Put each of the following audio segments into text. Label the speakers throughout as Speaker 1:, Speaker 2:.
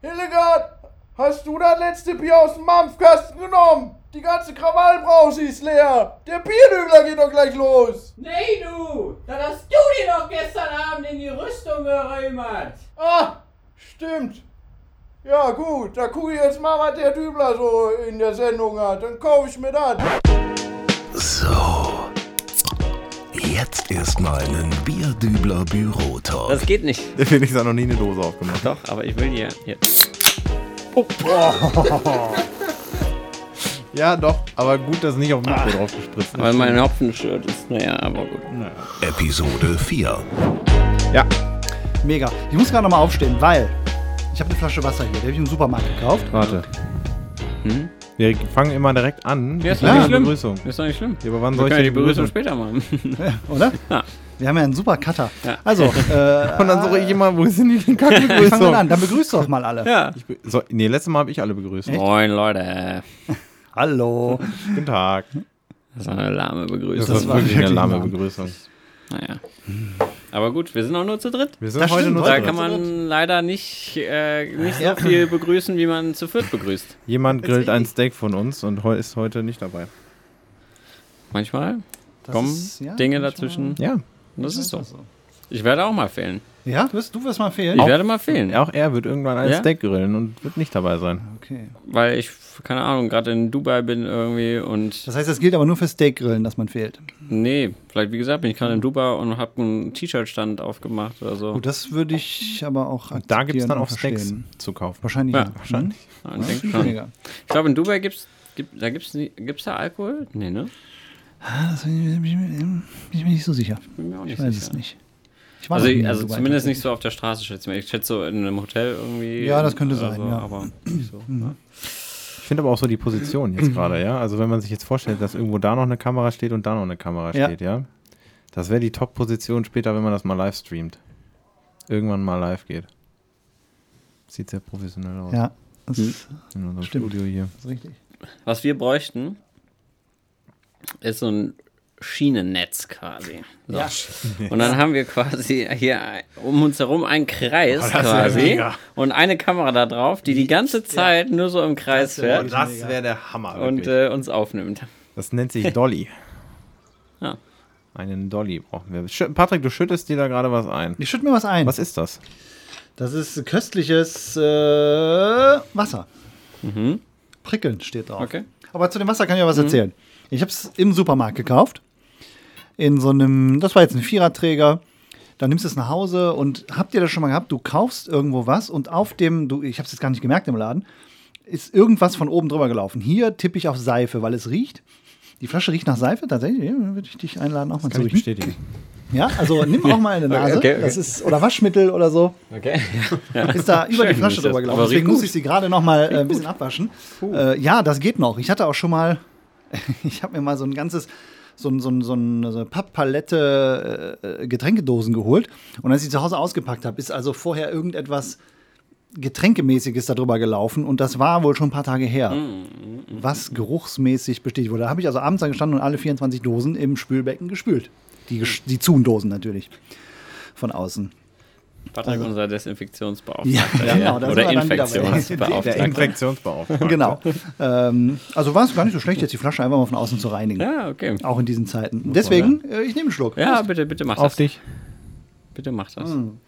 Speaker 1: Hildegard, hast du das letzte Bier aus dem Mampfkasten genommen? Die ganze Krawallbrause ist leer. Der Bierdügler geht doch gleich los.
Speaker 2: Nee, du! Dann hast du dir doch gestern Abend in die Rüstung gerömert!
Speaker 1: Ah, stimmt. Ja gut, da gucke ich jetzt mal, was der Dübler so in der Sendung hat. Dann kaufe ich mir das.
Speaker 3: So. Jetzt erstmal einen Bierdübler Bürotalk.
Speaker 4: Das geht nicht.
Speaker 5: Der Felix hat noch nie eine Dose aufgemacht.
Speaker 4: Doch, aber ich will hier. hier.
Speaker 5: Ja, doch, aber gut, dass nicht auf dem Mikro drauf gespritzt
Speaker 4: Weil
Speaker 5: ist.
Speaker 4: mein Hopfen-Shirt ist, naja, aber gut.
Speaker 3: Episode 4.
Speaker 5: Ja,
Speaker 6: Mega. Ich muss gerade nochmal aufstehen, weil ich habe eine Flasche Wasser hier. Die habe ich im Supermarkt gekauft.
Speaker 5: warte. Wir fangen immer direkt an.
Speaker 4: Ja, Hm, ist doch nicht
Speaker 5: mit der
Speaker 4: schlimm.
Speaker 5: Begrüßung.
Speaker 4: Ist doch nicht schlimm.
Speaker 5: Ja, aber wann
Speaker 4: Wir
Speaker 5: soll ich
Speaker 4: können
Speaker 5: denn
Speaker 4: die Begrüßung
Speaker 5: begrüßen?
Speaker 4: später machen.
Speaker 6: Oder?
Speaker 4: Ja.
Speaker 6: Wir haben ja einen super Cutter.
Speaker 4: Ja.
Speaker 6: Also, äh,
Speaker 5: Und dann suche ich immer, wo sind die
Speaker 6: wir fangen
Speaker 5: Kackbegrüßung?
Speaker 6: an. Dann begrüßt doch mal alle.
Speaker 4: ja.
Speaker 5: Ich be- So, nee, letztes Mal habe ich alle begrüßt.
Speaker 4: Moin, Leute.
Speaker 6: Hallo.
Speaker 5: Guten Tag.
Speaker 4: Das war eine lahme
Speaker 5: Das,
Speaker 4: Begrüßung.
Speaker 5: war
Speaker 6: war
Speaker 5: wirklich eine
Speaker 6: wirklich
Speaker 5: lahme
Speaker 6: lahm.
Speaker 5: Begrüßung.
Speaker 4: Naja. Aber gut, wir sind auch nur zu dritt.
Speaker 5: Wir sind
Speaker 6: Das
Speaker 5: heute
Speaker 6: stimmt,
Speaker 5: nur
Speaker 6: da
Speaker 5: zu
Speaker 4: Da
Speaker 6: dritt.
Speaker 5: dritt.
Speaker 4: kann man leider nicht, äh, nicht so
Speaker 6: Ja.
Speaker 4: viel begrüßen, wie man zu viert begrüßt.
Speaker 5: Jemand grillt ein
Speaker 6: richtig.
Speaker 5: Steak von uns und heu- ist heute nicht dabei.
Speaker 4: Manchmal
Speaker 6: Das
Speaker 4: kommen
Speaker 6: ist- ja,
Speaker 4: Dinge
Speaker 6: manchmal-
Speaker 4: dazwischen.
Speaker 5: Ja,
Speaker 4: Das ist so. Ich werde auch mal fehlen.
Speaker 6: Ja, du wirst, du wirst mal fehlen. Oh,
Speaker 4: Ich werde mal fehlen.
Speaker 5: auch er wird irgendwann ein
Speaker 4: Ja?
Speaker 5: Steak grillen und wird nicht dabei sein.
Speaker 6: Okay.
Speaker 4: Weil ich, keine Ahnung, gerade in Dubai bin irgendwie und
Speaker 6: Das heißt, das gilt aber nur für Steakgrillen, dass man fehlt.
Speaker 4: Nee, vielleicht wie gesagt, bin ich gerade in Dubai und habe einen T-Shirt-Stand aufgemacht oder so.
Speaker 6: Gut, das würde ich aber auch akzeptieren.
Speaker 5: Da gibt es dann
Speaker 6: und
Speaker 5: auch Steaks
Speaker 6: verstehen.
Speaker 5: zu kaufen.
Speaker 6: Wahrscheinlich.
Speaker 4: Ja,
Speaker 6: ja.
Speaker 5: wahrscheinlich.
Speaker 4: Ja,
Speaker 6: Mhm.
Speaker 4: ich denk schon.
Speaker 6: Mega.
Speaker 4: Ich glaube, in Dubai gibt's, gibt da gibt's nie- gibt's da Alkohol? Nee, ne?
Speaker 6: Ah, Das bin ich, bin ich mir- bin ich mir nicht so sicher.
Speaker 4: Bin mir auch
Speaker 6: Ich
Speaker 4: nicht
Speaker 6: weiß
Speaker 4: sicher.
Speaker 6: es nicht. Ich war
Speaker 4: Also,
Speaker 6: noch nie in
Speaker 4: also
Speaker 6: Dubai
Speaker 4: zumindest nicht
Speaker 6: tatsächlich.
Speaker 4: so auf der Straße, schätze ich mal. Ich schätze so in einem Hotel irgendwie.
Speaker 6: Ja, das könnte
Speaker 4: oder
Speaker 6: sein,
Speaker 4: so,
Speaker 6: ja. Mhm.
Speaker 4: Aber nicht so. ne?
Speaker 5: Ich finde aber auch so die Position jetzt gerade, ja. Also wenn man sich jetzt vorstellt, dass irgendwo da noch eine Kamera steht und da noch eine Kamera
Speaker 6: Ja.
Speaker 5: steht, ja. Das wäre die Top-Position später, wenn man das mal live streamt. Irgendwann mal live geht. Sieht sehr professionell aus
Speaker 6: Ja, das
Speaker 4: Hm.
Speaker 6: ist
Speaker 5: in unserem
Speaker 6: Stimmt.
Speaker 5: Studio hier.
Speaker 6: das ist richtig.
Speaker 4: Was wir bräuchten, ist so ein Schienennetz quasi. So.
Speaker 6: Ja.
Speaker 4: Und dann haben wir quasi hier um uns herum einen
Speaker 6: Oh,
Speaker 4: Kreis quasi und eine Kamera da drauf, die die ganze Zeit nur so im Kreis fährt
Speaker 5: Das wäre der Hammer.
Speaker 4: und äh, uns aufnimmt.
Speaker 5: das nennt sich Dolly.
Speaker 4: Ja.
Speaker 5: Einen Dolly brauchen wir. Schü- Patrick, du schüttest dir da gerade was ein.
Speaker 6: Ich schütte mir was ein.
Speaker 5: Was ist das?
Speaker 6: Das ist köstliches äh, Wasser. Prickelnd steht drauf.
Speaker 4: Mhm. Okay. Mhm.
Speaker 6: Aber zu dem Wasser kann ich ja was erzählen. Ich habe es im Supermarkt gekauft. In so einem, das war jetzt ein Viererträger. Dann nimmst du es nach Hause und habt ihr das schon mal gehabt? Du kaufst irgendwo was und auf dem, du, ich habe es jetzt gar nicht gemerkt im Laden, ist irgendwas von oben drüber gelaufen. Hier tippe ich auf Seife, weil es riecht. Die Flasche riecht nach Seife, tatsächlich. Ja, Würde ich dich einladen, auch mal zu
Speaker 5: Kann ich
Speaker 6: riechen.
Speaker 5: bestätigen.
Speaker 6: Ja, also nimm auch mal eine Nase.
Speaker 4: okay, okay.
Speaker 6: Das ist, oder Waschmittel oder so
Speaker 4: Okay.
Speaker 6: ist da über die
Speaker 4: Schön
Speaker 6: Flasche
Speaker 4: ist das.
Speaker 6: drüber gelaufen.
Speaker 4: Aber riecht
Speaker 6: Deswegen muss
Speaker 4: gut.
Speaker 6: ich sie gerade noch mal äh, ein bisschen abwaschen. Äh, ja, das geht noch. Ich hatte auch schon mal, ich habe mir mal so ein ganzes, so, ein- so, ein- so ein- so eine Papppalette äh, äh, Getränkedosen geholt. Und als ich zu Hause ausgepackt habe, ist also vorher irgendetwas Getränkemäßiges darüber gelaufen. Und das war wohl schon ein paar Tage her,
Speaker 4: Mm,
Speaker 6: was geruchsmäßig bestätigt wurde. Da habe ich also abends angestanden und alle 24 Dosen im Spülbecken gespült. Die, gesch- die Zundosen natürlich. Von außen.
Speaker 4: Patrick, unser Desinfektionsbeauftragter.
Speaker 6: Also- Ja, genau, da sind
Speaker 4: Oder
Speaker 6: wir dann wieder bei-
Speaker 5: Der
Speaker 4: Infektionsbeauftragter.
Speaker 5: Infektionsbeauftragte.
Speaker 6: Genau.
Speaker 4: ne?
Speaker 6: ähm, also war es gar nicht so schlecht, jetzt die Flasche einfach mal von außen zu reinigen.
Speaker 4: Ja, okay.
Speaker 6: Auch in diesen Zeiten. Deswegen, äh, ich nehme einen Schluck.
Speaker 4: Ja, bitte, bitte mach
Speaker 5: Auf
Speaker 4: das.
Speaker 5: dich.
Speaker 4: Bitte mach das.
Speaker 6: Hm,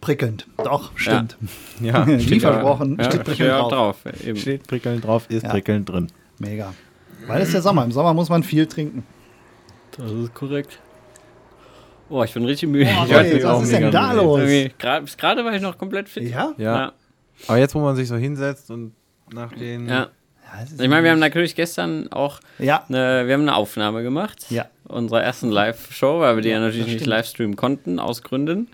Speaker 6: Prickelnd. Doch, stimmt.
Speaker 5: Ja.
Speaker 6: Wie versprochen,
Speaker 4: Ja,
Speaker 6: steht
Speaker 4: steht
Speaker 6: prickelnd
Speaker 4: ja
Speaker 6: drauf.
Speaker 4: drauf. Eben.
Speaker 5: Steht prickelnd drauf, ist
Speaker 6: Ja.
Speaker 5: prickelnd drin.
Speaker 6: Mega. Weil es ist der Sommer. Im Sommer muss man viel trinken.
Speaker 4: Das ist korrekt. Oh, ich bin richtig müde.
Speaker 6: Boah,
Speaker 4: Ich weiß
Speaker 6: ey,
Speaker 4: nicht,
Speaker 6: was
Speaker 4: warum
Speaker 6: ist
Speaker 4: ich
Speaker 6: denn da
Speaker 4: gerade-
Speaker 6: los?
Speaker 4: irgendwie- gra- Bis gerade war ich noch komplett fit.
Speaker 6: Oh, Ja?
Speaker 5: Ja. Aber jetzt, wo man sich so hinsetzt und nach den.
Speaker 4: ja.
Speaker 6: Ja, es ist-
Speaker 4: Ich meine, wir haben natürlich gestern auch
Speaker 6: Ja.
Speaker 4: eine, wir haben eine Aufnahme gemacht.
Speaker 6: Ja.
Speaker 4: Unserer ersten Live-Show, weil wir die ja natürlich nicht live streamen konnten, aus Gründen.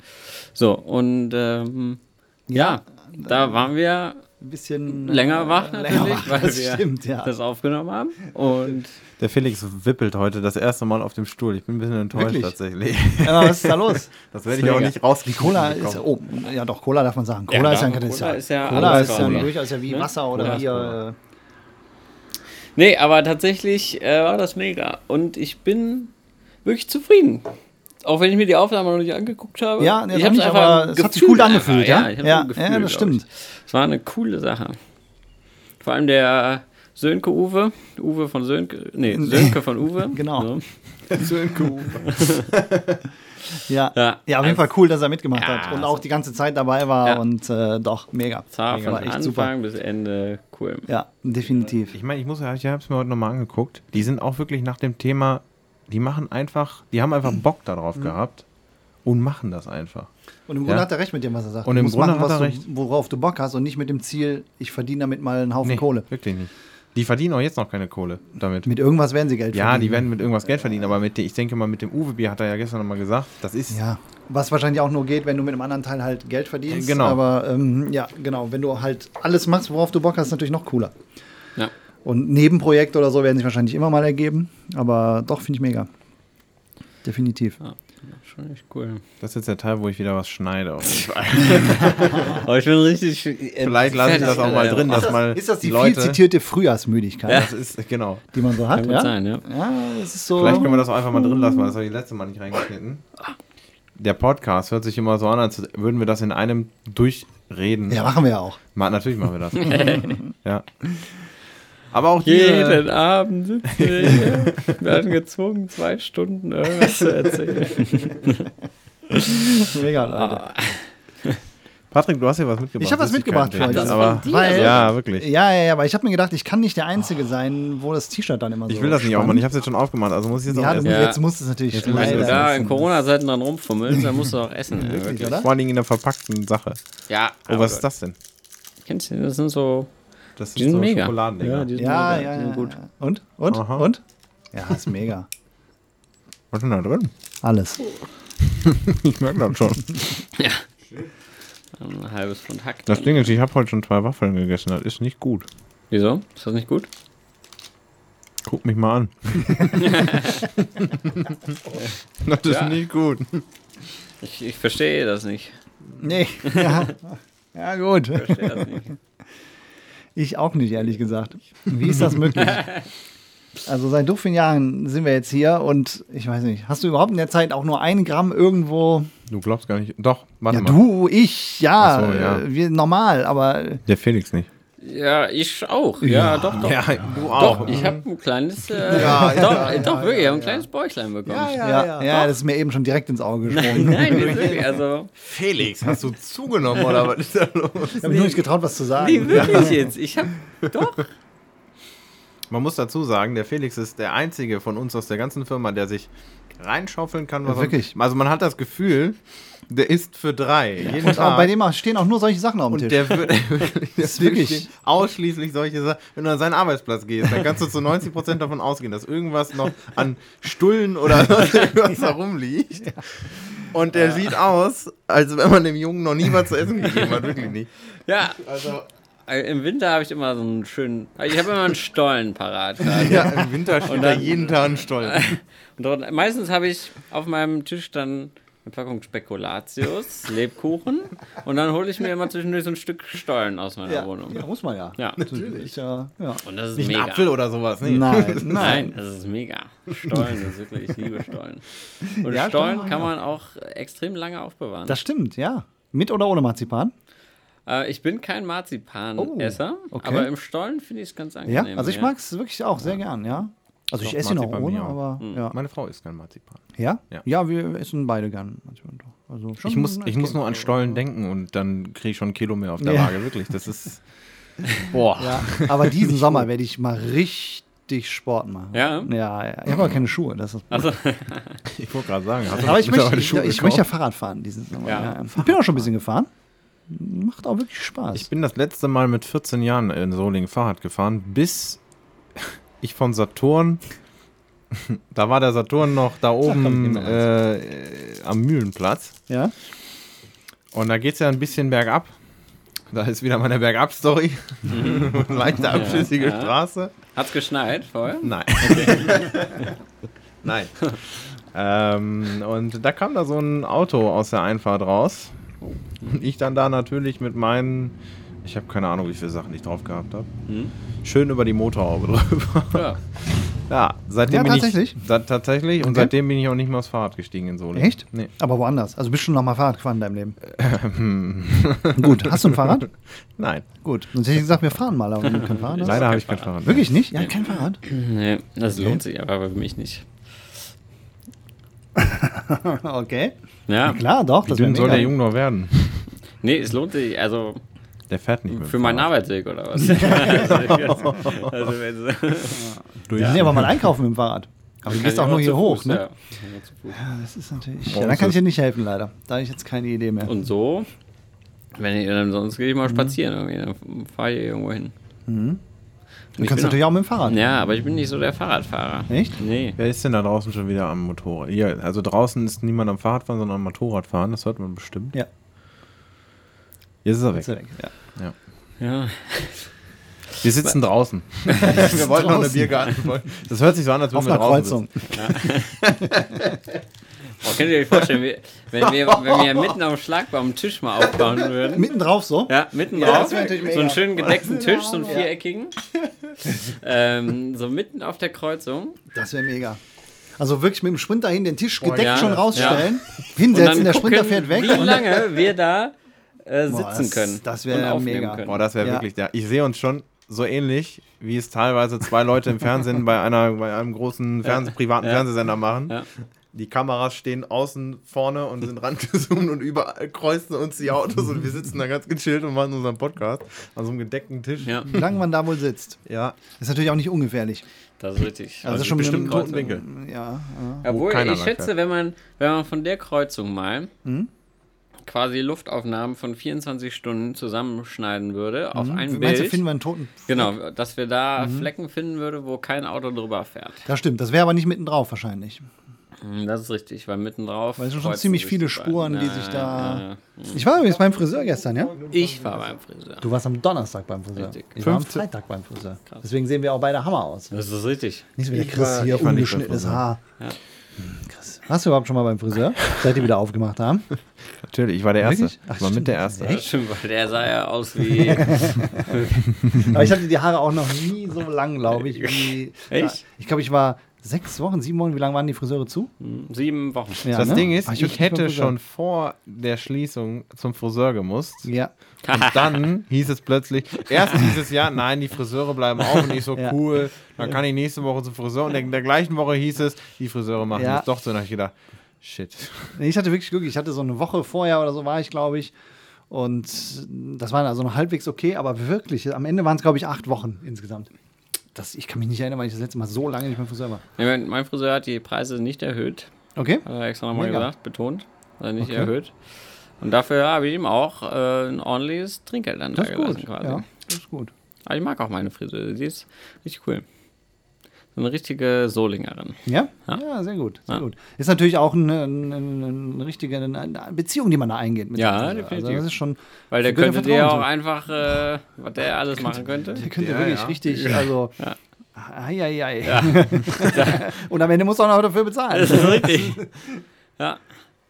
Speaker 4: So, und ähm, ja. da waren wir
Speaker 6: Ein bisschen.
Speaker 4: länger wach natürlich, weil
Speaker 6: das
Speaker 4: wir
Speaker 6: stimmt, ja.
Speaker 4: das aufgenommen haben. Und
Speaker 5: Der Felix wippelt heute das erste Mal auf dem Stuhl. Ich bin ein bisschen enttäuscht
Speaker 6: Wirklich?
Speaker 5: tatsächlich.
Speaker 6: Aber was ist da los?
Speaker 5: Das werde ich auch
Speaker 4: Mega.
Speaker 5: nicht rauskriegen.
Speaker 6: Cola ist. Oh, ja, doch, Cola darf man sagen. Cola
Speaker 4: Ja,
Speaker 6: ist ja ein
Speaker 4: Cola
Speaker 6: Katastrophe.
Speaker 4: ist ja
Speaker 6: Cola
Speaker 4: alles
Speaker 6: ist ja
Speaker 4: quasi.
Speaker 6: durchaus ja wie
Speaker 4: Ne?
Speaker 6: Wasser
Speaker 4: Cola
Speaker 6: oder
Speaker 4: ist
Speaker 6: Bier.
Speaker 4: nee, aber tatsächlich äh, war das mega. Und ich bin wirklich zufrieden. Auch wenn ich mir die Aufnahme noch nicht angeguckt habe.
Speaker 6: Ja, nee,
Speaker 4: ich
Speaker 6: das
Speaker 4: hab's
Speaker 6: nicht,
Speaker 4: einfach
Speaker 6: aber
Speaker 4: im
Speaker 6: es hat sich
Speaker 4: Gefühl
Speaker 6: gut angefühlt, ja?
Speaker 4: ich hab's
Speaker 6: Ja,
Speaker 4: im Gefühl,
Speaker 6: ja, das
Speaker 4: glaub ich.
Speaker 6: stimmt.
Speaker 4: Es war eine coole Sache. Vor allem der Sönke Uwe, Uwe von Sönke, nee, Sönke von Uwe.
Speaker 6: Genau.
Speaker 4: So.
Speaker 6: äh, Ja, ja.
Speaker 4: Ja.
Speaker 6: auf jeden Fall cool, dass er mitgemacht
Speaker 4: Ja,
Speaker 6: hat und
Speaker 4: also-
Speaker 6: auch die ganze Zeit dabei war
Speaker 4: Ja.
Speaker 6: und äh, doch, mega.
Speaker 4: Zar
Speaker 6: mega
Speaker 4: von
Speaker 6: war echt
Speaker 4: Anfang
Speaker 6: super.
Speaker 4: bis Ende, cool.
Speaker 6: Ja, definitiv.
Speaker 5: Ich meine, ich muss ja, ich habe es mir heute nochmal angeguckt. Die sind auch wirklich nach dem Thema, die machen einfach, die haben einfach Bock
Speaker 6: Mhm.
Speaker 5: darauf gehabt und machen das einfach.
Speaker 6: Und im Grunde
Speaker 5: Ja.
Speaker 6: hat er recht mit dem, was er sagt.
Speaker 5: Und
Speaker 6: Du
Speaker 5: im
Speaker 6: musst
Speaker 5: Grunde
Speaker 6: machen,
Speaker 5: hat
Speaker 6: was
Speaker 5: er
Speaker 6: du,
Speaker 5: recht.
Speaker 6: worauf du Bock hast und nicht mit dem Ziel, ich verdiene damit mal einen Haufen
Speaker 5: Nee,
Speaker 6: Kohle.
Speaker 5: Wirklich nicht. Die verdienen auch jetzt noch keine Kohle damit.
Speaker 6: Mit irgendwas werden sie Geld
Speaker 5: ja,
Speaker 6: verdienen. Äh.
Speaker 5: die werden mit irgendwas Geld verdienen, aber mit, dem- ich denke mal, mit dem Uwe-Bier hat er ja gestern nochmal gesagt, das ist
Speaker 6: Ja, was wahrscheinlich auch nur geht, wenn du mit einem anderen Teil halt Geld verdienst.
Speaker 5: Äh, genau.
Speaker 6: Aber ähm, ja, genau, wenn du halt alles machst, worauf du Bock hast, ist natürlich noch cooler.
Speaker 4: Ja.
Speaker 6: Und Nebenprojekte oder so werden sich wahrscheinlich immer mal ergeben, aber doch finde ich mega. Definitiv.
Speaker 4: Schon echt cool.
Speaker 5: Das ist jetzt der Teil, wo ich wieder was schneide.
Speaker 4: Aber Oh, ich bin richtig.
Speaker 5: Vielleicht lasse ich das auch mal drin, dass mal
Speaker 6: Äh, Ist das die
Speaker 5: Leute,
Speaker 6: viel zitierte Frühjahrsmüdigkeit,
Speaker 5: Das ist genau.
Speaker 6: die man so hat?
Speaker 4: Kann
Speaker 6: Ja,
Speaker 4: gut sein, ja.
Speaker 6: ja es ist so.
Speaker 5: Vielleicht können wir das auch einfach mal drin lassen, weil das habe ich letzte Mal nicht reingeschnitten. Der Podcast hört sich immer so an, als würden wir das in einem durchreden.
Speaker 6: ja, machen wir ja auch.
Speaker 5: Ma natürlich machen wir das. ja. Aber auch äh, diese,
Speaker 4: Jeden Abend sitzen wir hier. Wir werden gezwungen, zwei Stunden irgendwas zu erzählen.
Speaker 6: Mega,
Speaker 4: Ah.
Speaker 6: Leute.
Speaker 5: Patrick, du hast hier was mitgebracht.
Speaker 6: Ich habe was
Speaker 5: Das ist
Speaker 6: mitgebracht
Speaker 5: kein
Speaker 6: für
Speaker 5: Ding,
Speaker 6: euch.
Speaker 5: Aber
Speaker 6: Weil,
Speaker 5: ja, wirklich.
Speaker 6: Ja, ja, ja, aber ich habe mir gedacht, ich kann nicht der Einzige sein, wo das T-Shirt dann immer so
Speaker 5: Ich will das nicht
Speaker 6: spannend-
Speaker 5: aufmachen. Ich habe es jetzt schon aufgemacht, also muss ich jetzt
Speaker 6: Ja,
Speaker 5: auch
Speaker 6: du,
Speaker 5: essen.
Speaker 4: Ja.
Speaker 6: jetzt musst du es natürlich
Speaker 5: Jetzt muss ich
Speaker 4: Wenn du
Speaker 5: das
Speaker 4: da in
Speaker 6: essen.
Speaker 4: Corona-Zeiten dran rumfummelst, dann musst du auch essen. Ja,
Speaker 6: Wirklich,
Speaker 4: wirklich.
Speaker 6: oder?
Speaker 5: Vor allen Dingen in der verpackten Sache.
Speaker 4: Ja.
Speaker 5: Oh, was ist das denn?
Speaker 4: Kennst du, das sind so.
Speaker 5: Das sind
Speaker 4: Die sind
Speaker 5: so
Speaker 4: mega.
Speaker 5: Schokoladendinger.
Speaker 4: die sind mega,
Speaker 6: Ja, ja,
Speaker 4: die
Speaker 6: ja.
Speaker 4: sind gut.
Speaker 6: ja. Und? Und?
Speaker 5: Aha.
Speaker 6: Und? Ja, ist mega.
Speaker 5: Was ist denn da drin?
Speaker 6: Alles.
Speaker 5: Ich merke das schon.
Speaker 4: Ein halbes Pfund Hack.
Speaker 5: Das
Speaker 4: drin.
Speaker 5: Ding ist, ich habe heute schon zwei Waffeln gegessen. Das ist nicht gut.
Speaker 4: Wieso? Ist das nicht gut?
Speaker 5: Guck mich mal an. das ist
Speaker 4: Ja.
Speaker 5: nicht gut.
Speaker 4: Ich, ich verstehe das nicht.
Speaker 6: Nee. Ja, ja gut.
Speaker 4: Ich verstehe das nicht.
Speaker 6: Ich auch nicht, ehrlich gesagt. Wie ist das möglich? Also seit so vielen Jahren sind wir jetzt hier und ich weiß nicht, hast du überhaupt in der Zeit auch nur ein Gramm irgendwo?
Speaker 5: Du glaubst gar nicht. Doch, warte
Speaker 6: Ja,
Speaker 5: mal.
Speaker 6: du, ich, ja,
Speaker 5: Ach so, ja.
Speaker 6: äh, Wir, normal, aber
Speaker 5: Der Felix nicht.
Speaker 4: Ja, ich auch. Ja, doch, doch.
Speaker 5: du
Speaker 4: Doch, ich habe ein kleines. Äh, doch, äh, doch wirklich, ich habe ein kleines Bäuchlein bekommen.
Speaker 5: Ah,
Speaker 6: ja, ja, das ist mir eben schon direkt ins Auge gesprungen.
Speaker 4: Nein, wirklich. Also,
Speaker 5: Felix, hast du zugenommen oder was ist da los?
Speaker 6: Ich habe mich nur nicht getraut, was zu sagen.
Speaker 4: nee, wirklich jetzt. Ich habe. Doch.
Speaker 5: Man muss dazu sagen, der Felix ist der einzige von uns aus der ganzen Firma, der sich reinschaufeln kann. Was
Speaker 6: Ja, wirklich.
Speaker 5: Er, also man hat das Gefühl, der ist für drei. Jeden
Speaker 6: Und auch
Speaker 5: Tag.
Speaker 6: bei dem stehen auch nur solche Sachen auf dem
Speaker 5: und
Speaker 6: Tisch.
Speaker 5: der wird der
Speaker 6: ist wirklich-
Speaker 5: wirklich ausschließlich solche Sachen. Wenn du an seinen Arbeitsplatz gehst, dann kannst du zu 90% davon ausgehen, dass irgendwas noch an Stullen oder sonst irgendwas da rumliegt. Und der sieht aus, als wenn man dem Jungen noch nie was zu essen gegeben hat. Wirklich nicht.
Speaker 4: Ja. Also. Im Winter habe ich immer so einen schönen. Ich habe immer einen Stollen parat. gerade.
Speaker 5: Ja, im Winter steht da jeden Tag ein Stollen.
Speaker 4: Und dort, meistens habe ich auf meinem Tisch dann eine Packung Spekulatius, Lebkuchen und dann hole ich mir immer zwischendurch so ein Stück Stollen aus meiner
Speaker 6: ja,
Speaker 4: Wohnung.
Speaker 6: ja, muss man ja.
Speaker 4: Ja.
Speaker 6: Natürlich. Ja, ja.
Speaker 4: Und das ist
Speaker 5: Nicht ein
Speaker 4: mega.
Speaker 5: Apfel oder sowas. Nee.
Speaker 6: Nein, nein.
Speaker 4: Nein, das ist mega. Stollen ist wirklich, ich liebe Stollen. Und
Speaker 6: Ja,
Speaker 4: Stollen
Speaker 6: Stollen,
Speaker 4: kann man auch extrem lange aufbewahren.
Speaker 6: Das stimmt, ja. Mit oder ohne Marzipan?
Speaker 4: äh, ich bin kein Marzipanesser,
Speaker 6: Oh, okay.
Speaker 4: aber im Stollen finde ich es ganz
Speaker 6: Ja,
Speaker 4: angenehm.
Speaker 6: also ich mag es wirklich auch sehr gern, ja. Also ich
Speaker 5: Doch,
Speaker 6: esse ihn auch
Speaker 5: Marzipan
Speaker 6: ohne,
Speaker 5: mir auch.
Speaker 6: aber ja.
Speaker 5: Meine Frau isst kein Marzipan.
Speaker 6: ja.
Speaker 5: Ja.
Speaker 6: Ja, wir essen beide gern. Marzipan doch. Also schon
Speaker 5: Ich muss,
Speaker 6: ein
Speaker 5: ich muss
Speaker 6: Kind.
Speaker 5: nur an Stollen denken und dann kriege ich schon ein Kilo mehr auf der
Speaker 6: Ja.
Speaker 5: Waage. Wirklich, das ist. Boah.
Speaker 6: Ja, aber diesen Sommer werde ich mal richtig Sport machen.
Speaker 4: Ja?
Speaker 6: Ja, ja. Ich habe aber keine Schuhe. Das ist
Speaker 4: Also,
Speaker 5: Ich wollte gerade sagen. Hast du
Speaker 6: aber ich möchte,
Speaker 5: mittlerweile
Speaker 6: ich,
Speaker 5: Schuhe
Speaker 6: ich
Speaker 5: gekauft?
Speaker 6: möchte ja Fahrrad fahren diesen Sommer.
Speaker 4: Ja.
Speaker 6: Ja. Ich bin auch schon ein bisschen gefahren. Macht auch wirklich Spaß.
Speaker 5: Ich bin das letzte Mal mit 14 Jahren in Solingen Fahrrad gefahren, bis ich von Saturn, da war der Saturn noch da oben äh, äh, am Mühlenplatz
Speaker 6: ja?
Speaker 5: und da geht es ja ein bisschen bergab. Da ist wieder meine Bergab-Story. Leichte abschüssige
Speaker 4: ja.
Speaker 5: Straße.
Speaker 4: hat's geschneit vorher?
Speaker 5: Nein. Nein. ähm, und da kam da so ein Auto aus der Einfahrt raus. Und ich dann da natürlich mit meinen,
Speaker 4: Hm.
Speaker 5: ich habe keine Ahnung, wie viele Sachen ich drauf gehabt habe, schön über die Motorhaube drüber.
Speaker 4: Ja.
Speaker 5: Ja, seitdem
Speaker 6: Ja,
Speaker 5: bin
Speaker 6: tatsächlich.
Speaker 5: ich. sa- tatsächlich. Und
Speaker 6: Okay.
Speaker 5: seitdem bin ich auch nicht mal aufs Fahrrad gestiegen in Solingen.
Speaker 6: Echt?
Speaker 5: Nee.
Speaker 6: Aber woanders. Also bist du schon nochmal Fahrrad gefahren in deinem Leben?
Speaker 4: Ähm.
Speaker 6: Gut, hast du ein Fahrrad?
Speaker 5: Nein.
Speaker 6: Gut. Sonst hätte ich gesagt, wir fahren mal, aber wir können fahren. das-
Speaker 5: Leider habe ich kein Fahrrad.
Speaker 6: Wirklich nicht? Ja, kein Fahrrad.
Speaker 4: Nee, das lohnt sich aber für mich nicht.
Speaker 6: Okay.
Speaker 4: Ja,
Speaker 6: Klar, doch.
Speaker 5: Wie
Speaker 6: wär
Speaker 5: dünn soll
Speaker 6: mega.
Speaker 5: der Junge noch werden?
Speaker 4: nee, es lohnt sich, also
Speaker 5: Der fährt nicht mehr.
Speaker 4: für meinen Arbeitsweg oder was. also, wenn sie-
Speaker 6: Nee, aber mal einkaufen mit dem Fahrrad. Aber du
Speaker 4: Kann
Speaker 6: gehst
Speaker 4: ich
Speaker 6: auch nur hier
Speaker 4: zu
Speaker 6: hoch,
Speaker 4: Fuß,
Speaker 6: ne? Ah,
Speaker 4: ja. Kann ich auch zu Fuß.
Speaker 6: Das ist natürlich. Ja, da kann ich dir nicht helfen, leider. Da habe ich jetzt keine Idee mehr.
Speaker 4: Und so, wenn ich dann sonst gehe ich
Speaker 6: Mhm.
Speaker 4: mal spazieren irgendwie, dann fahre ich irgendwo hin.
Speaker 6: Du kannst natürlich auch mit dem Fahrrad.
Speaker 4: Ja, aber ich bin nicht so der Fahrradfahrer.
Speaker 6: Echt?
Speaker 4: Nee.
Speaker 5: Wer ist denn da draußen schon wieder am Motorrad? Ja, also draußen ist niemand am Fahrradfahren, sondern am Motorradfahren. Das hört man bestimmt.
Speaker 6: Ja. Also,
Speaker 5: Jetzt ist er
Speaker 6: Ist er
Speaker 5: weg.
Speaker 6: weg, ja.
Speaker 4: Ja.
Speaker 5: Wir sitzen draußen. Wir wollten noch eine
Speaker 6: Draußen.
Speaker 5: Biergarten. Das hört sich so an, als
Speaker 6: Auf
Speaker 5: würden wir
Speaker 6: einer Kreuzung.
Speaker 5: draußen sitzen.
Speaker 4: Oh, könnt ihr euch vorstellen, wir- wenn wir, wenn wir mitten am Schlagbaum Tisch mal aufbauen würden.
Speaker 6: Mitten drauf so.
Speaker 4: Ja, mitten
Speaker 6: Ja,
Speaker 4: drauf.
Speaker 6: das wär natürlich
Speaker 4: So einen
Speaker 6: mega.
Speaker 4: schönen gedeckten Tisch, so einen viereckigen. ähm, so mitten auf der Kreuzung.
Speaker 6: Das wäre mega. Also wirklich mit dem Sprinter hin den Tisch gedeckt
Speaker 4: ja.
Speaker 6: schon
Speaker 4: Ja.
Speaker 6: rausstellen,
Speaker 4: Und dann
Speaker 6: hinsetzen, der Sprinter
Speaker 4: gucken,
Speaker 6: fährt weg.
Speaker 4: Wie
Speaker 6: und-
Speaker 4: lange wir da äh, sitzen
Speaker 6: Boah, das-
Speaker 4: können.
Speaker 6: das wär
Speaker 4: und aufnehmen
Speaker 6: mega.
Speaker 4: können.
Speaker 5: Boah, das wäre
Speaker 6: Ja.
Speaker 5: wirklich der. Ich sehe uns schon so ähnlich, wie es teilweise zwei Leute im Fernsehen bei, einer, bei einem großen Fernseh, privaten Fernsehsender machen.
Speaker 4: Ja.
Speaker 5: Die Kameras stehen außen vorne und sind rangezoomt und überall kreuzen uns die Autos und wir sitzen da ganz gechillt und machen unseren Podcast an so einem gedeckten Tisch.
Speaker 4: Ja,
Speaker 6: Wie lange man da wohl sitzt.
Speaker 5: Ja.
Speaker 6: Ist natürlich auch nicht ungefährlich.
Speaker 4: das ist richtig.
Speaker 6: Also,
Speaker 5: Also
Speaker 6: schon mit
Speaker 5: bestimmt
Speaker 6: einem-
Speaker 5: einen toten Winkel.
Speaker 6: Ja, ja.
Speaker 4: Obwohl,
Speaker 5: keiner
Speaker 4: ich
Speaker 5: lang
Speaker 4: schätze, wenn man, wenn man von der Kreuzung mal
Speaker 6: Mhm.
Speaker 4: quasi Luftaufnahmen von 24 Stunden zusammenschneiden würde auf ein
Speaker 6: Mhm. Meinst du, Mhm.
Speaker 4: Bild.
Speaker 6: finden wir einen Toten?
Speaker 4: Genau, dass wir da Flecken finden würde, wo kein Auto drüber fährt.
Speaker 6: Das stimmt, das wäre aber nicht mitten drauf wahrscheinlich.
Speaker 4: Mhm, Das ist richtig, weil mitten drauf.
Speaker 6: Weil es sind schon
Speaker 4: kreuzen
Speaker 6: ziemlich
Speaker 4: sich
Speaker 6: viele
Speaker 4: die beiden.
Speaker 6: Spuren, die
Speaker 4: Ja,
Speaker 6: sich
Speaker 4: ja,
Speaker 6: da-
Speaker 4: ja, ja.
Speaker 6: Ich war übrigens beim Friseur gestern, ja?
Speaker 4: Ich war beim Friseur.
Speaker 6: Du warst am Donnerstag beim Friseur.
Speaker 4: Richtig.
Speaker 6: Ich war am
Speaker 5: 15.
Speaker 6: Freitag beim Friseur. Deswegen sehen wir auch beide Hammer aus.
Speaker 4: Das ist richtig.
Speaker 6: Nicht so wie der
Speaker 5: Ich
Speaker 6: Chris
Speaker 5: war-
Speaker 6: hier,
Speaker 5: ich war nicht beim
Speaker 6: ungeschnittenes
Speaker 5: Friseur.
Speaker 6: Haar. Hm, Chris. Warst du überhaupt schon mal beim Friseur? Seit die wieder aufgemacht haben?
Speaker 5: Natürlich, ich war der Erste.
Speaker 6: Wirklich? Ach,
Speaker 5: ich war
Speaker 6: stimmt.
Speaker 5: mit der Erste.
Speaker 6: Echt?
Speaker 4: Stimmt, weil der sah ja aus wie.
Speaker 6: Aber ich hatte die Haare auch noch nie so lang, glaube ich. Wie,
Speaker 4: Echt?
Speaker 6: Ja, ich glaube, ich war sechs Wochen, sieben Wochen. Wie lange waren die Friseure zu?
Speaker 4: Hm, Sieben Wochen.
Speaker 6: Ja,
Speaker 5: das
Speaker 6: ne?
Speaker 5: Ding ist,
Speaker 6: War
Speaker 5: ich,
Speaker 6: wirklich
Speaker 5: hätte
Speaker 6: beim Friseur.
Speaker 5: schon vor der Schließung zum Friseur gemusst.
Speaker 6: Ja.
Speaker 5: Und dann hieß es plötzlich, erst dieses Jahr, nein, die Friseure bleiben auf und ich so,
Speaker 6: Ja.
Speaker 5: cool, dann kann ich nächste Woche zum Friseur. Und in der gleichen Woche hieß es, die Friseure machen
Speaker 6: Ja.
Speaker 5: es doch so. Und dann hab ich gedacht, shit.
Speaker 6: Nee, ich hatte wirklich Glück. Ich hatte so eine Woche vorher oder so war ich, glaube ich. Und das war also noch halbwegs okay, aber wirklich, am Ende waren es, glaube ich, acht Wochen insgesamt. Das, ich kann mich nicht erinnern, weil ich das letzte Mal so lange nicht beim Friseur war.
Speaker 4: Nee, mein- Mein Friseur hat die Preise nicht erhöht.
Speaker 6: Okay?
Speaker 4: Hat er extra nochmal
Speaker 6: Mega.
Speaker 4: gesagt, betont. Hat er nicht
Speaker 6: Okay.
Speaker 4: erhöht. Und dafür habe ich ihm auch äh, ein ordentliches Trinkgeld dann
Speaker 6: Das
Speaker 4: da
Speaker 6: ist
Speaker 4: gelassen
Speaker 6: gut.
Speaker 4: quasi.
Speaker 6: Ja, das ist gut.
Speaker 4: Aber ich mag auch meine Friseuse, die ist richtig cool. So eine richtige Solingerin.
Speaker 6: Ja?
Speaker 4: Ja.
Speaker 6: Ja, sehr gut. Sehr
Speaker 4: Ja.
Speaker 6: gut. Ist natürlich auch eine, eine, eine richtige eine- eine Beziehung, die man da eingeht. Mit
Speaker 4: Ja,
Speaker 6: dem Friseur.
Speaker 4: definitiv.
Speaker 6: Also das ist schon,
Speaker 4: Weil der
Speaker 6: Sie können
Speaker 4: könnte
Speaker 6: ja
Speaker 4: dir ja auch
Speaker 6: vertrauen, so.
Speaker 4: einfach, äh, was der alles machen könnte.
Speaker 6: der könnte
Speaker 5: Ja,
Speaker 6: wirklich
Speaker 5: ja.
Speaker 6: richtig, also, ai, ai, ai. Und am Ende muss er auch noch dafür bezahlen.
Speaker 4: Das ist richtig. ja.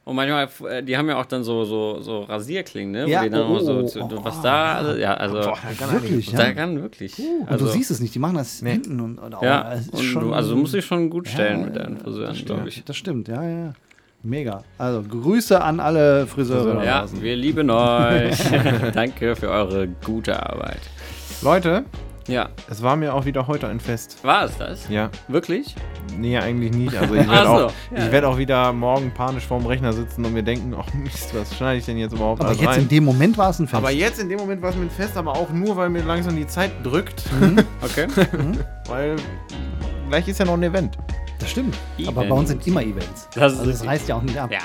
Speaker 4: Und manchmal, äh, die haben ja auch dann so, so, so Rasierklingen, ne? Wo
Speaker 6: Ja,
Speaker 4: die dann
Speaker 6: oh,
Speaker 4: immer so,
Speaker 6: oh,
Speaker 4: zu-
Speaker 6: oh,
Speaker 4: was da, also, ja, also,
Speaker 6: Wirklich, ja.
Speaker 4: da kann wirklich.
Speaker 6: Und du siehst es nicht, die machen das hinten und, und
Speaker 4: Also ja,
Speaker 6: es ist
Speaker 4: und du, also du musst dich schon gut stellen mit deinen Friseuren, glaube ich.
Speaker 6: Das stimmt, ja, ja. ja. Mega. Also Grüße an alle Friseure. da
Speaker 4: Ja,
Speaker 6: draußen.
Speaker 4: wir lieben euch. Danke für eure gute Arbeit.
Speaker 5: Leute,
Speaker 4: Ja,
Speaker 5: es war mir auch wieder heute ein Fest.
Speaker 4: war es das?
Speaker 5: Ja,
Speaker 4: Wirklich?
Speaker 5: nee, eigentlich nicht. Also ich
Speaker 4: Ach
Speaker 5: werde
Speaker 4: so,
Speaker 5: auch,
Speaker 4: ja.
Speaker 5: ich werd auch wieder morgen panisch vorm Rechner sitzen und mir denken, oh Mist, was schneide ich denn jetzt überhaupt
Speaker 6: Aber
Speaker 4: Also
Speaker 5: alles
Speaker 6: jetzt in
Speaker 5: rein?
Speaker 6: dem Moment war es ein Fest.
Speaker 5: Aber jetzt in dem Moment war es mir ein Fest, aber auch nur, weil mir langsam die Zeit drückt.
Speaker 4: Okay.
Speaker 5: weil gleich ist ja noch ein Event.
Speaker 6: das stimmt. Aber bei
Speaker 4: Events.
Speaker 6: uns sind immer Events.
Speaker 4: Das ist
Speaker 6: also das
Speaker 4: richtig.
Speaker 6: reißt ja auch nicht ab.
Speaker 4: Ja,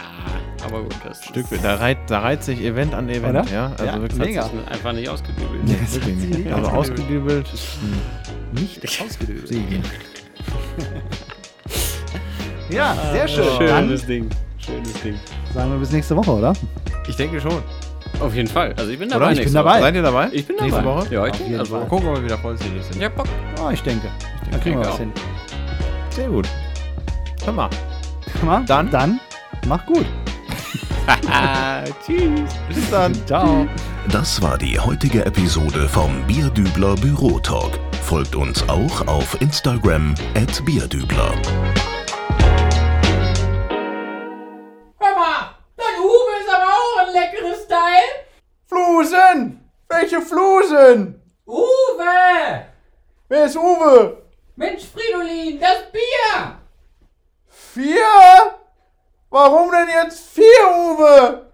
Speaker 4: aber gut, das
Speaker 5: Stück, da, reiht, da reiht sich Event an Event,
Speaker 6: Oder?
Speaker 5: ja. Also
Speaker 6: Ja,
Speaker 5: wirklich
Speaker 6: mega.
Speaker 4: ist einfach nicht ausgedübelt.
Speaker 5: Wirklich. Also ausgedübelt.
Speaker 6: Nicht ausgedöst. ja, sehr schön. Dann
Speaker 4: Schönes Ding. Schönes Ding.
Speaker 6: sagen wir bis nächste Woche, oder?
Speaker 5: Ich denke schon.
Speaker 4: Auf jeden Fall. Also ich bin dabei.
Speaker 5: Oder?
Speaker 4: nächste
Speaker 6: dabei.
Speaker 4: Woche.
Speaker 5: Seid ihr dabei?
Speaker 4: Ich bin dabei.
Speaker 5: Nächste Woche?
Speaker 4: Ja, ich
Speaker 6: Auf
Speaker 4: bin
Speaker 6: jeden
Speaker 4: also.
Speaker 5: Mal
Speaker 6: Fall.
Speaker 5: gucken, ob wir wieder vollzählig sind.
Speaker 4: Ich hab Bock.
Speaker 6: Oh, ich denke. Da kriegen
Speaker 4: denke
Speaker 6: wir was
Speaker 4: auch.
Speaker 6: hin.
Speaker 5: Sehr gut. Hör mal.
Speaker 6: Mal,
Speaker 5: Dann-
Speaker 6: dann mach gut.
Speaker 4: Ah, tschüss.
Speaker 5: Bis dann.
Speaker 6: Ciao.
Speaker 3: Das war die heutige Episode vom Bierdübler Bürotalk. Folgt uns auch auf Instagram at Bierdübler.
Speaker 2: Hör mal, dein Hufe ist aber auch ein leckeres Teil.
Speaker 1: Flusen! Welche Flusen?
Speaker 2: Uwe!
Speaker 1: Wer ist Uwe?
Speaker 2: Mensch, Fridolin, das Bier!
Speaker 1: Vier? Warum denn jetzt vier, Uwe?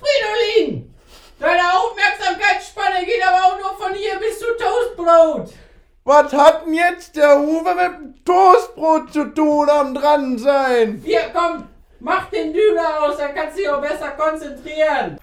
Speaker 2: Fridolin! Deine Aufmerksamkeitsspanne geht aber auch nur von hier bis zu Toastbrot.
Speaker 1: Was hat denn jetzt der Uwe mit dem Toastbrot zu tun am dran sein?
Speaker 2: Hier, komm, mach den Dübel aus, dann kannst du dich auch besser konzentrieren.